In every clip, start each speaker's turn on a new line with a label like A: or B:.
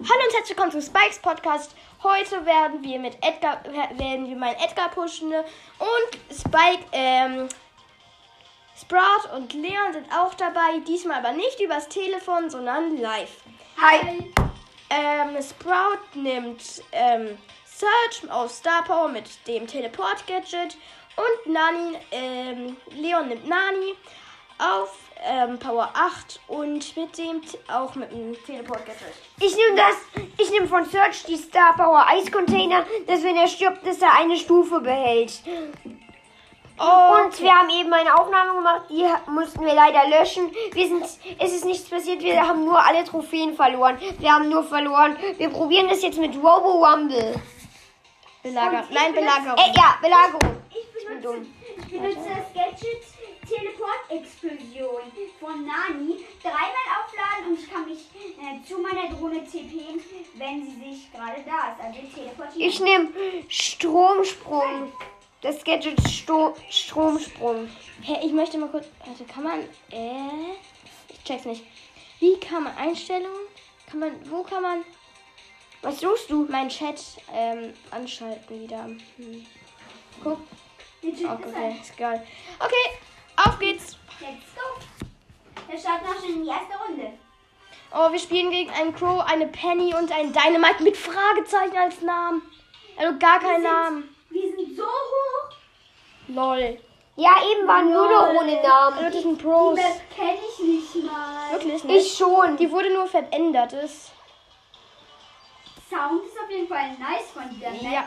A: Hallo und herzlich willkommen zum Spikes Podcast. Heute werden wir mit Edgar, werden wir meinen Edgar pushen und Spike, ähm, Sprout und Leon sind auch dabei. Diesmal aber nicht übers Telefon, sondern live.
B: Hi.
A: Ähm, Sprout nimmt ähm, Search auf Star Power mit dem Teleport Gadget und Nani, ähm, Leon nimmt Nani auf ähm, Power 8 und mit dem T- auch mit dem Teleport Gadget.
B: Ich nehme das. Ich nehme von Search die Star Power Eiscontainer, dass wenn er stirbt, dass er eine Stufe behält. Und wir haben eben eine Aufnahme gemacht, die ha- mussten wir leider löschen. Wir sind, es ist nichts passiert, wir haben nur alle Trophäen verloren. Wir haben nur verloren. Wir probieren das jetzt mit Robo Rumble.
A: Belager
C: Und ich
A: Nein,
C: bin jetzt-
A: Belagerung.
B: Äh, ja, Belagerung.
C: Ich benutze,
B: dumm.
C: ich benutze das Gadget Teleport-Explosion von Nani. Dreimal aufladen und ich kann mich äh, zu meiner Drohne TPen, wenn sie sich gerade da ist. Also teleportieren.
B: Ich nehme Stromsprung. Das Gadget Sto Stromsprung.
A: Hä, ich möchte mal kurz. Warte, kann man. Äh. Ich check's nicht. Wie kann man Einstellungen? Kann man. Wo kann man
B: Was suchst du?
A: meinen Chat ähm, anschalten wieder? Hm. Guck.
C: Natürlich
A: Okay, okay,
C: ist halt.
A: ist egal. Okay, auf geht's.
C: Let's go. Wir starten auch schon in die erste Runde.
A: Oh, wir spielen gegen einen Crow, eine Penny und einen Dynamite mit Fragezeichen als Namen. Also gar keinen Namen.
C: Wir sind so hoch.
A: Lol.
B: Ja, eben waren nur noch ohne Namen.
A: Also das sind
C: Die
A: Pros.
C: Map kenne ich nicht mal.
A: Wirklich nicht.
B: Ich schon.
A: Die wurde nur verändert. Ist.
C: Sound ist auf jeden Fall nice von dieser Map.
A: Ja.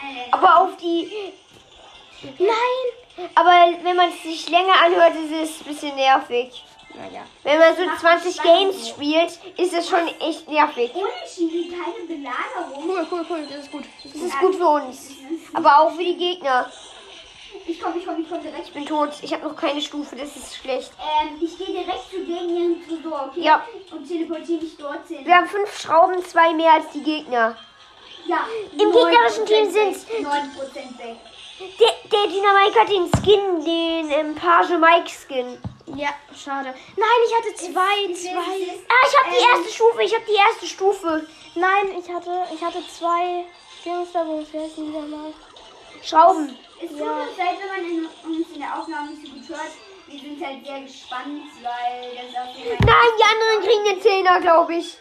C: Äh,
B: Aber auf die.
A: Nein!
B: Aber wenn man es sich länger anhört, ist es ein bisschen nervig.
A: Naja.
B: Wenn man so
C: Macht
B: 20
C: spannend.
B: Games spielt, ist es schon echt nervig.
C: Unentschieden, keine Belagerung.
A: Cool, cool, cool. Das ist gut. Das ist
B: Das ist gut für uns. Aber auch für die Gegner.
C: Ich komme, ich komme, ich komme direkt.
B: Ich bin tot. Ich habe noch keine Stufe. Das ist schlecht.
C: Ähm, ich gehe direkt zu denen ihren Tresor, okay?
B: Ja.
C: Und teleportiere mich dort hin.
B: Wir haben fünf Schrauben, zwei mehr als die Gegner.
C: Ja.
B: Im gegnerischen Team sind's-
C: 9% weg.
B: Der, der Dynamik hat den Skin, den ähm, Page Mike Skin.
A: Ja, schade. Nein, ich hatte zwei, zwei.
C: Zwei.
B: Ah, ich habe die erste Stufe. Ich habe die erste Stufe.
A: Nein, ich hatte, ich hatte zwei Dingsterbums. Wie heißen die nochmal?
B: Schrauben.
C: Es tut uns leid, wenn man in, uns in der Aufnahme nicht so gut hört. Wir sind halt sehr gespannt, weil das auf jeden Fall...
B: Nein, die anderen kriegen den Zehner, glaube ich.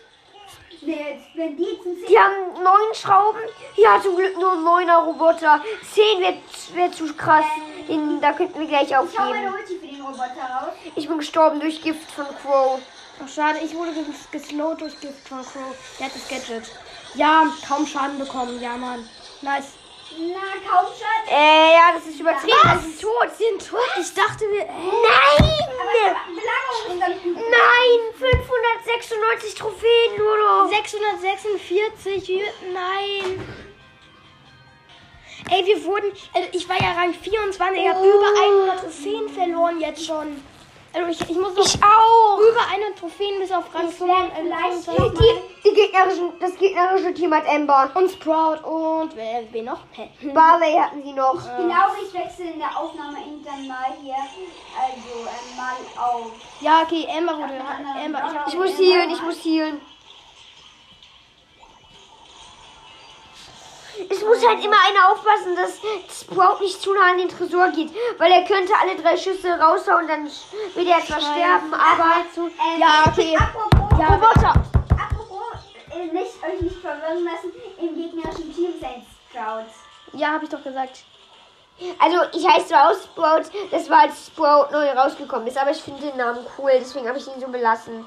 C: Nee, jetzt, wenn die zum 10...
B: Die haben neun Schrauben. Ja, zum Glück nur ein neuner Roboter. Zehn wäre wär zu krass. Den, da könnten wir gleich
C: Ich hau meine
B: aufgeben.
C: Ulti für den Roboter raus.
B: Ich bin gestorben durch Gift von Crow.
A: Ach, schade. Ich wurde ges- geslowt durch Gift von Crow. Der hat das Gadget. Ja, kaum Schaden bekommen. Ja, Mann. Nice.
C: Na, kaum schon.
B: Äh, ja, das ist übertrieben. Das ist tot.
A: Sie sind tot. Ich dachte, wir. Hä?
C: Aber
B: Nein!
C: Belagerung ist am Üben.
B: Nein! 596 Trophäen nur noch.
A: 646. wir- Nein. Ey, wir wurden. Also ich war ja Rang 24. Ich habe
B: Oh.
A: über 100 Trophäen verloren jetzt schon. Also ich, ich muss noch
B: Ich auch.
A: über 100 Trophäen bis auf Rang
C: Ich werd
A: 25.
C: gleich
A: äh,
B: Die, die gegnerischen, das gegnerische Team hat Ember.
A: Und Sprout und wer, wen noch? Hä?
B: Barley hatten sie noch.
C: Ich glaube, Genau, ich wechsle in der Aufnahme irgendwann mal hier, also ähm, mal auf.
A: Ja, okay, Amber wurde. Amber, ich hab,
B: Ich muss healen, ich muss healen. Es muss halt immer einer aufpassen, dass Sprout nicht zu nah an den Tresor geht, weil er könnte alle drei Schüsse raushauen, dann sch- wird er zwar sterben, aber zu.
C: Ähm,
A: Ja, okay.
C: Apropos,
A: Ja.
B: Roboter!
C: apropos äh, nicht, euch nicht verwirren lassen, im gegnerischen Team ist ein Scout.
A: ja, hab ich doch gesagt.
B: Also, ich heiße zwar auch Sprout, das war als Sprout neu rausgekommen ist, aber ich finde den Namen cool, deswegen habe ich ihn so belassen.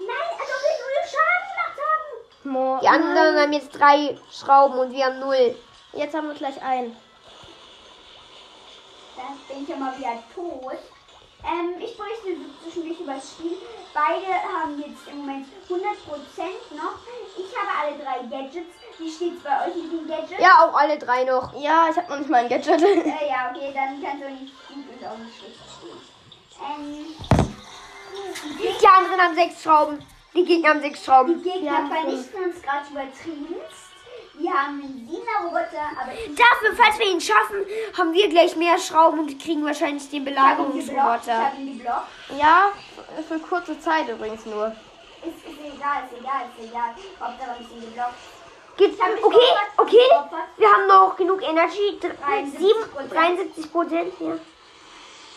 C: Nein, also wir null Schaden gemacht haben.
A: Mo
B: Die anderen haben jetzt drei Schrauben und wir haben null.
A: Jetzt haben wir gleich einen.
C: Dann bin ich ja mal wieder tot. Ähm, ich berichte so zwischendurch über das Spiel. Beide haben jetzt im Moment 100% noch. Ich habe alle drei Gadgets. Wie steht's bei euch mit den Gadgets?
B: Ja, auch alle drei noch.
A: Ja, ich hab noch nicht mal ein Gadget.
C: Äh, ja, okay, dann kannst du nicht gut und auch nicht schlecht stehen. Ähm,
B: Die anderen haben sechs Schrauben. Die Gegner haben sechs Schrauben.
C: die Gegner vernichten uns gerade übertriebenst. Wir haben einen Siebener Roboter, aber ich
B: Dafür, falls wir ihn schaffen, haben wir gleich mehr Schrauben und kriegen wahrscheinlich den
C: habe ihn geblockt. Ich
B: Belagerungsroboter.
C: habe ihn geblockt.
A: ja, für kurze Zeit übrigens nur.
C: Ist, ist egal, ist egal, ist egal. Hauptsache ein bisschen geblockt.
B: Gibt's,
C: Ich hab mich
B: okay,
C: geopfert.
B: okay.
C: Geopfert.
B: Wir haben noch genug Energy. Dr-
C: 73%.
B: sieben- 73 Prozent. Ja.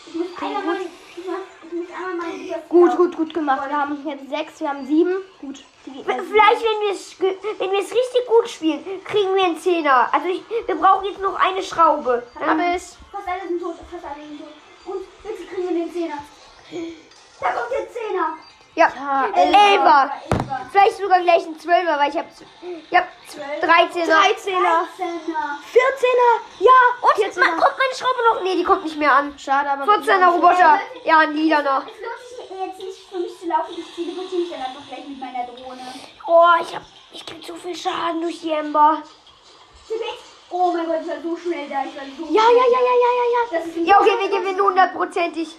C: Ich muss einmal mal, ich muss, ich muss einmal mal wieder.
A: Gut, gut, gut gemacht. Wir haben jetzt sechs, wir haben sieben. Gut. Die,
B: V- Vielleicht, wenn wir es ge- wenn wir es richtig gut spielen, kriegen wir einen Zehner. Also ich, wir brauchen jetzt noch eine Schraube. Dann-
A: habe ich.
C: Fast alle sind tot, fast alle sind tot. Und jetzt kriegen wir den Zehner. Da kommt der Zehner.
B: ja.
A: Ja,
B: Elfer.
C: Elfer.
B: Vielleicht sogar gleich einen Zwölfer, weil ich habe ich hab
C: Zwölf.
B: 13er.
A: 13er,
C: Zehner.
A: 14er, ja,
B: Und
A: und 14er.
B: man, kommt meine Schraube noch? Nee, die kommt nicht mehr an.
A: Schade, aber
B: 14er Roboter. Ja, ein Lieder noch.
C: Es lohnt sich jetzt nicht für mich zu laufen. Ich teleportiere mich dann einfach gleich mit meiner Drohne.
B: Oh, ich hab. Ich krieg so viel Schaden durch die Ember.
C: Tippet. Oh mein Gott, ich war so schnell da. Ich war so
A: Ja, ja, ja, ja, ja, ja, ja.
C: Das ist ein
B: Ja, okay, wir gewinnen hundertprozentig.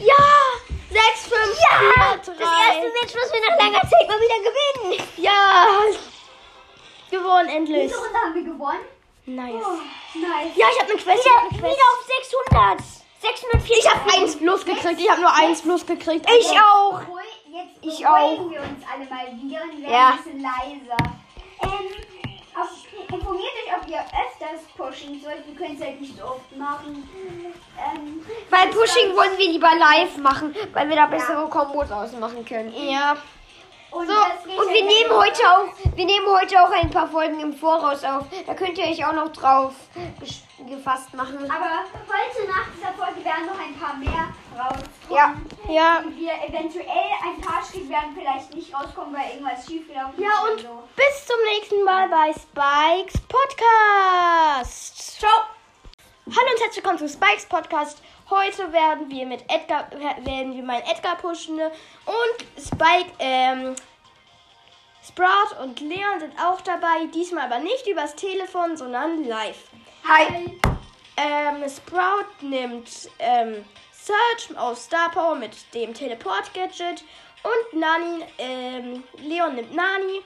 A: Ja, 6, 5, ja, 4, 3.
B: Match, was wir nach langer Zeit mal wieder gewinnen.
A: Ja, gewonnen endlich.
C: Diese Runde haben wir gewonnen. Oh,
A: Nice.
C: nice.
A: Ja, ich habe eine Quest. ich hab eine
B: Wieder,
A: Quest.
B: wieder auf 600. 640.
A: Ich habe eins plus gekriegt. Ich habe nur eins plus gekriegt. also-
B: Ich auch.
C: Ruhig, jetzt
B: Ich
C: beruhigen
B: auch.
C: wir uns alle mal wieder und werden
B: Ja.
C: ein bisschen leiser. Ähm, auf, informiert euch, ob ihr öfters pushen sollt. Wir können es halt nicht so oft machen. Ähm,
B: Bei Pushing wollen wir lieber live machen, weil wir da bessere Kombos ausmachen können.
A: Ja.
C: und,
B: So,
C: das geht
B: und
C: halt
B: wir
C: nicht
B: nehmen
C: so
B: heute auch, wir nehmen heute auch ein paar Folgen im Voraus auf. Da könnt ihr euch auch noch drauf ges- gefasst machen.
C: Aber heute nach dieser Folge werden noch ein paar mehr rauskommen.
B: Ja.
A: Ja.
C: Die Wir eventuell ein paar Schritte werden vielleicht nicht rauskommen, weil irgendwas schiefgelaufen ist.
A: Ja,
C: oder
A: und
C: so.
A: bis zum nächsten Mal bei Spikes Podcast. Ciao. Hallo und herzlich willkommen zu Spikes Podcast. Heute werden wir mit Edgar, werden wir meinen Edgar pushen und Spike, ähm, Sprout und Leon sind auch dabei. Diesmal aber nicht übers Telefon, sondern live.
B: Hi.
A: Ähm, Sprout nimmt ähm, Search aus Star Power mit dem Teleport-Gadget und Nani, ähm, Leon nimmt Nani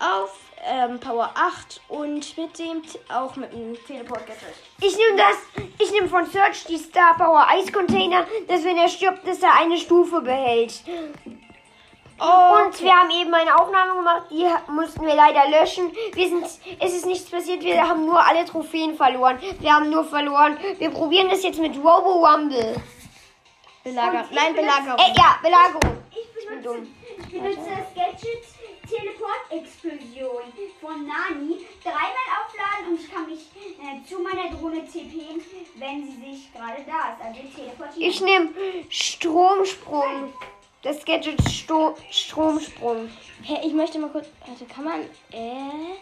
A: auf ähm, Power 8 und mit dem T- auch mit dem Teleport-Gadget.
B: Ich nehme das, ich nehme von Search die Star Power Eiscontainer, dass wenn er stirbt, dass er eine Stufe behält. Und wir haben eben eine Aufnahme gemacht, die ha- mussten wir leider löschen. Wir sind, es ist nichts passiert, wir haben nur alle Trophäen verloren. Wir haben nur verloren. Wir probieren das jetzt mit Robo Rumble.
A: Belagerung. Nein,
B: Äh,
A: Belagerung.
B: ja, Belagerung.
C: ich
B: bin
C: benutze,
B: dumm.
C: ich benutze das Gadget Teleport-Explosion von Nani. Dreimal aufladen und ich kann mich äh, zu meiner Drohne TPen, wenn sie sich gerade da ist. Also teleportieren.
B: Ich nehme Stromsprung. Das Gadget Sto Stromsprung.
A: Hä, ich möchte mal kurz. Warte, kann man. Äh.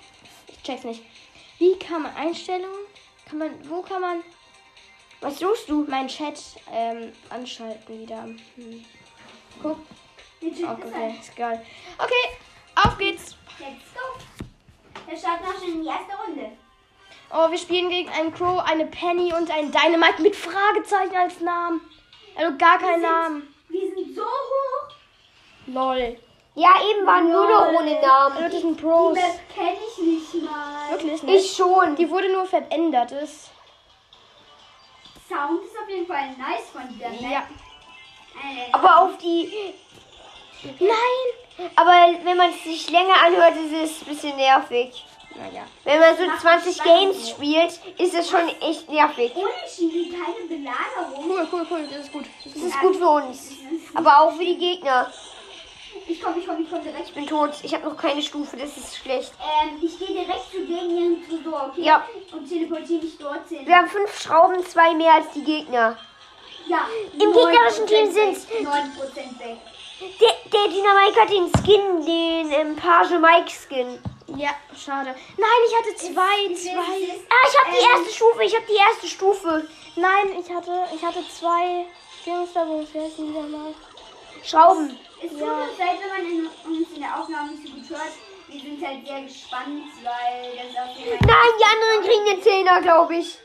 A: Ich check's nicht. Wie kann man Einstellungen? Kann man. Wo kann man
B: Was suchst du?
A: meinen Chat ähm, anschalten wieder? Hm. Guck.
C: Den Typ ist
A: Oh, Okay,
C: halt-
A: ist geil. Okay, auf geht's.
C: Let's go. Der Start noch schon in die erste Runde.
A: Oh, wir spielen gegen einen Crow, eine Penny und einen Dynamite mit Fragezeichen als Namen. Also gar
C: Wir
A: keinen
C: sind-
A: Namen.
C: Wir sind so hoch.
A: Lol.
B: Ja, eben waren nur noch ohne
A: Also das
B: Namen.
A: sind
C: Die
A: Pros.
C: Map kenne ich nicht mal.
A: Wirklich nicht.
B: Ich schon.
A: Die wurde nur verändert. Ist.
C: Sound ist auf jeden Fall nice von dieser Map.
A: Ja.
C: Äh,
B: Aber auf die.
A: Nein.
B: Aber wenn man es sich länger anhört, ist es ein bisschen nervig.
A: Naja.
B: Wenn man so 20 Games spielt, ist es schon echt nervig.
C: Unentschieden, keine Belagerung.
A: Cool, cool, cool. Das ist gut. Das
B: Das
A: ist
B: ist gut für uns. Aber auch für die Gegner.
C: Ich komme, ich komme, ich komme direkt.
B: Ich bin tot. Ich habe noch keine Stufe. Das ist schlecht.
C: Ähm, ich gehe direkt zu denen hier im Tresor, okay?
B: Ja.
C: Und teleportiere mich dort hin.
B: Wir haben fünf Schrauben, zwei mehr als die Gegner.
C: Ja.
B: Im gegnerischen Team sind's-
C: 9% weg.
B: Der, der Dynamik hat den Skin, den ähm, Page Mike Skin.
A: ja, schade. Nein, ich hatte zwei, zwei.
B: Ah, ich habe die erste Stufe. Ich habe die erste Stufe.
A: Nein, ich hatte, ich hatte zwei Dings da, wo ich jetzt wieder mal.
B: Schrauben.
C: Es tut uns leid, wenn man in, uns in der Aufnahme nicht so gut hört. Wir sind halt sehr gespannt, weil das auf jeden Fall...
B: Nein, die anderen kriegen den Zehner, glaube ich.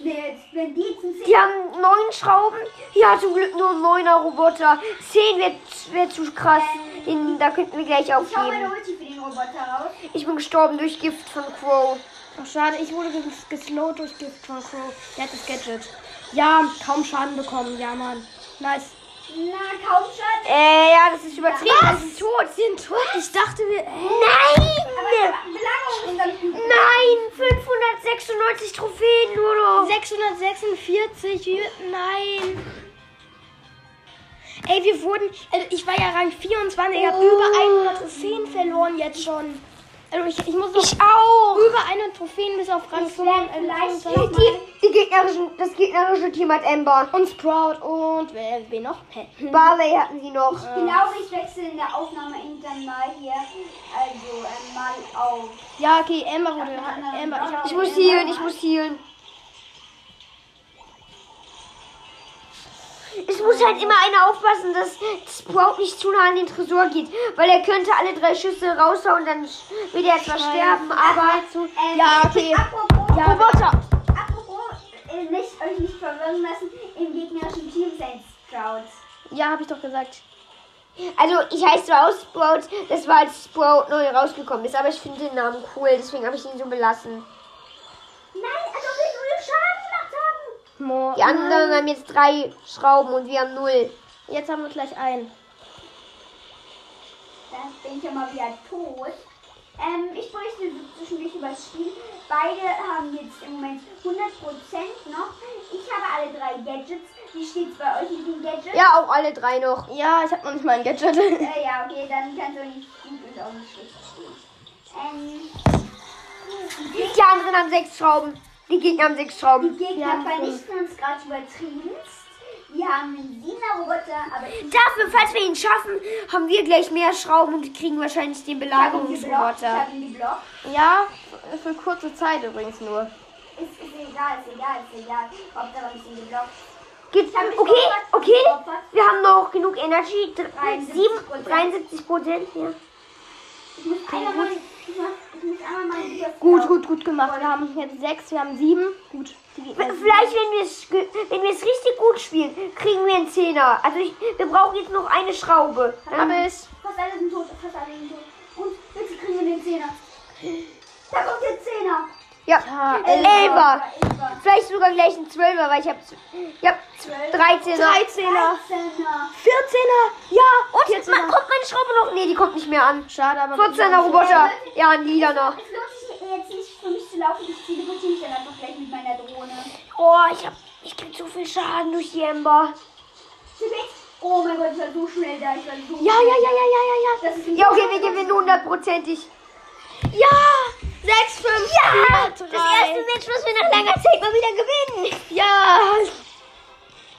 C: Nee, jetzt, wenn die zum
B: Die haben neun Schrauben. Ja, zum Glück nur ein neuner Roboter. Zehn wäre wär zu krass. Den, da könnten wir gleich
C: Ich hau meine
B: aufgeben.
C: Ulti für den Roboter raus.
B: Ich bin gestorben durch Gift von Crow.
A: Ach, schade. Ich wurde ges- geslowt durch Gift von Crow. Der hat das Gadget. Ja, kaum Schaden bekommen. Ja, Mann. Nice.
C: Na, kaum schon.
B: Äh, ja, das ist übertrieben.
A: Was?
B: Das ist tot.
A: Sie sind tot? Ich dachte, wir. Hä?
C: Aber
B: Nein!
C: Belagerung ist dann übel.
B: Nein! 596 Trophäen nur noch.
A: 646, wir- nein. Ey, wir wurden, also ich war ja Rang 24, ich habe
B: Oh.
A: über 100 Trophäen verloren jetzt schon. Also ich, ich muss noch
B: Ich auch.
A: über 100 Trophäen bis auf Rang also 25.
B: Die, die gegnerischen, das gegnerische Team hat Ember.
A: Und Sprout und wer, wen noch? Hä?
B: Barley hatten sie noch.
C: Ich glaube, ich wechsle in der Aufnahme irgendwann mal hier. Also ähm, mal auf.
A: Ja, okay, Ember wurde. Ember, ich hab
B: Ich muss healen, ich muss healen. Es muss halt immer einer aufpassen, dass Sprout nicht zu nah an den Tresor geht, weil er könnte alle drei Schüsse raushauen, dann wird er zwar sterben, aber...
C: Ähm,
A: Ja, okay.
C: Apropos,
A: Ja,
B: Roboter!
C: apropos äh, nicht, euch nicht verwirren lassen, im gegnerischen Team ist ein Sprout.
A: Ja, habe ich doch gesagt.
B: Also, ich heiße zwar auch Sprout, das war als Sprout neu rausgekommen ist, aber ich finde den Namen cool, deswegen habe ich ihn so belassen.
C: Nein, als ob wir null Schaden gemacht haben.
A: Mo
B: Die anderen haben jetzt drei Schrauben und wir haben null.
A: Jetzt haben wir gleich einen.
C: Dann bin ich ja mal wieder tot. Ähm, ich berichte zwischendurch über das Spiel. Beide haben jetzt im Moment 100% noch. Ich habe alle drei Gadgets. Wie steht's bei euch mit den Gadgets?
B: Ja, auch alle drei noch.
A: Ja, ich habe noch nicht mal ein Gadget.
C: Äh, ja, okay, dann kannst du nicht gut und auch nicht schlecht spielen. Ähm,
B: Die anderen haben sechs Schrauben. Die Gegner haben sechs Schrauben.
C: die Gegner vernichten uns gerade übertriebenst. Wir haben einen Siebener-Roboter, aber ich
B: Dafür, falls wir ihn schaffen, haben wir gleich mehr Schrauben und kriegen wahrscheinlich den
C: habe ihn geblockt. Ich
B: Belagerungsroboter.
C: habe ihn geblockt.
A: ja, für kurze Zeit übrigens nur.
C: Ist, ist egal, ist egal, ist egal. Ob da ein bisschen geblockt.
B: Gibt's-
C: Ich hab mich
B: Okay,
C: geopfert,
B: okay.
C: geopfert.
B: Wir haben noch genug Energy. Dr-
C: 73%.
B: sieben- 73 Prozent. Ja.
C: Ich muss einmal mal, ich muss, ich muss einmal mal wieder.
A: Gut, gut, gut gemacht. Wir haben jetzt sechs, wir haben sieben. Gut. Die
B: V-
A: Gegner sind-
B: Vielleicht, wenn wir es ge- wenn wir es richtig gut spielen, kriegen wir einen Zehner. Also ich, wir brauchen jetzt noch eine Schraube. Dann
A: Hab ich.
C: Ähm, Fast alle sind tot, fast alle sind tot. Gut, jetzt kriegen wir den Zehner. Da kommt der Zehner.
B: ja.
A: Ja,
B: Elfer.
C: Elfer.
B: Vielleicht sogar gleich einen Zwölfer, weil ich habe ich hab
C: Zwölf.
B: 13.
A: 13er,
C: 13er.
A: 14er, ja,
B: Und jetzt
A: 14er.
B: man, kommt meine Schraube noch? Nee, die kommt nicht mehr an.
A: Schade, aber.
B: 14er Roboter. Ja, ein Liederner.
C: Es lohnt sich jetzt nicht für mich zu laufen, ich teleportiere mich dann einfach gleich mit meiner Drohne.
B: Oh, ich hab. Ich krieg zu viel Schaden durch die Ember.
C: Tippet. Oh mein Gott, ich war so schnell da, ich war so
A: Ja, ja, ja, ja, ja, ja, ja.
C: Das ist ein
B: Ja, okay, wir gewinnen hundertprozentig.
A: Ja! 6, 5, ja! 4, 3.
B: Match, was wir nach langer Zeit mal wieder gewinnen.
A: Ja!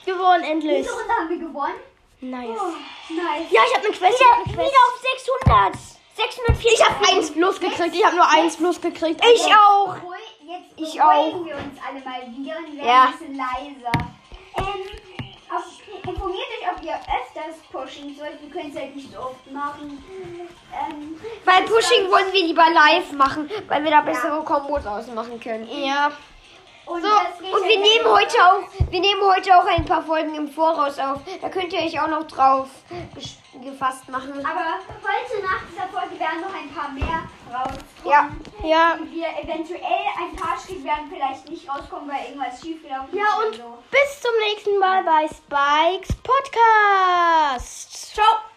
A: Gewonnen, endlich.
C: Diese Runde haben wir gewonnen.
A: Nice.
C: Oh, nice.
A: Ja, ich hab eine Quest.
B: Wieder, wieder auf 600. 640.
A: Ich hab eins plus gekriegt. Ich hab nur eins plus gekriegt. also-
B: Ich auch.
C: Ruhe, jetzt
B: Ich
C: beruhigen
B: auch.
C: wir uns alle mal wieder und werden
B: Ja.
C: ein bisschen leiser. Ähm, auf, informiert euch, ob ihr öfters pushen sollt. Ihr könnt es halt nicht so oft machen. Ähm,
B: Bei Pushing wollen wir lieber live machen, weil wir da bessere Kombos ausmachen können.
A: Ja.
C: und,
B: So,
C: das
B: und
C: geht halt
B: wir
C: dann
B: nehmen
C: so-
B: heute auch, wir nehmen heute auch ein paar Folgen im Voraus auf. Da könnt ihr euch auch noch drauf ges- gefasst machen.
C: Aber heute nach dieser Folge werden noch ein paar mehr rauskommen.
B: Ja.
A: Ja.
C: Und wir eventuell ein paar Stück werden vielleicht nicht rauskommen, weil irgendwas schiefgelaufen
A: Ja,
C: ist.
A: und
C: oder so.
A: bis zum nächsten Mal bei Spikes Podcast. Ciao.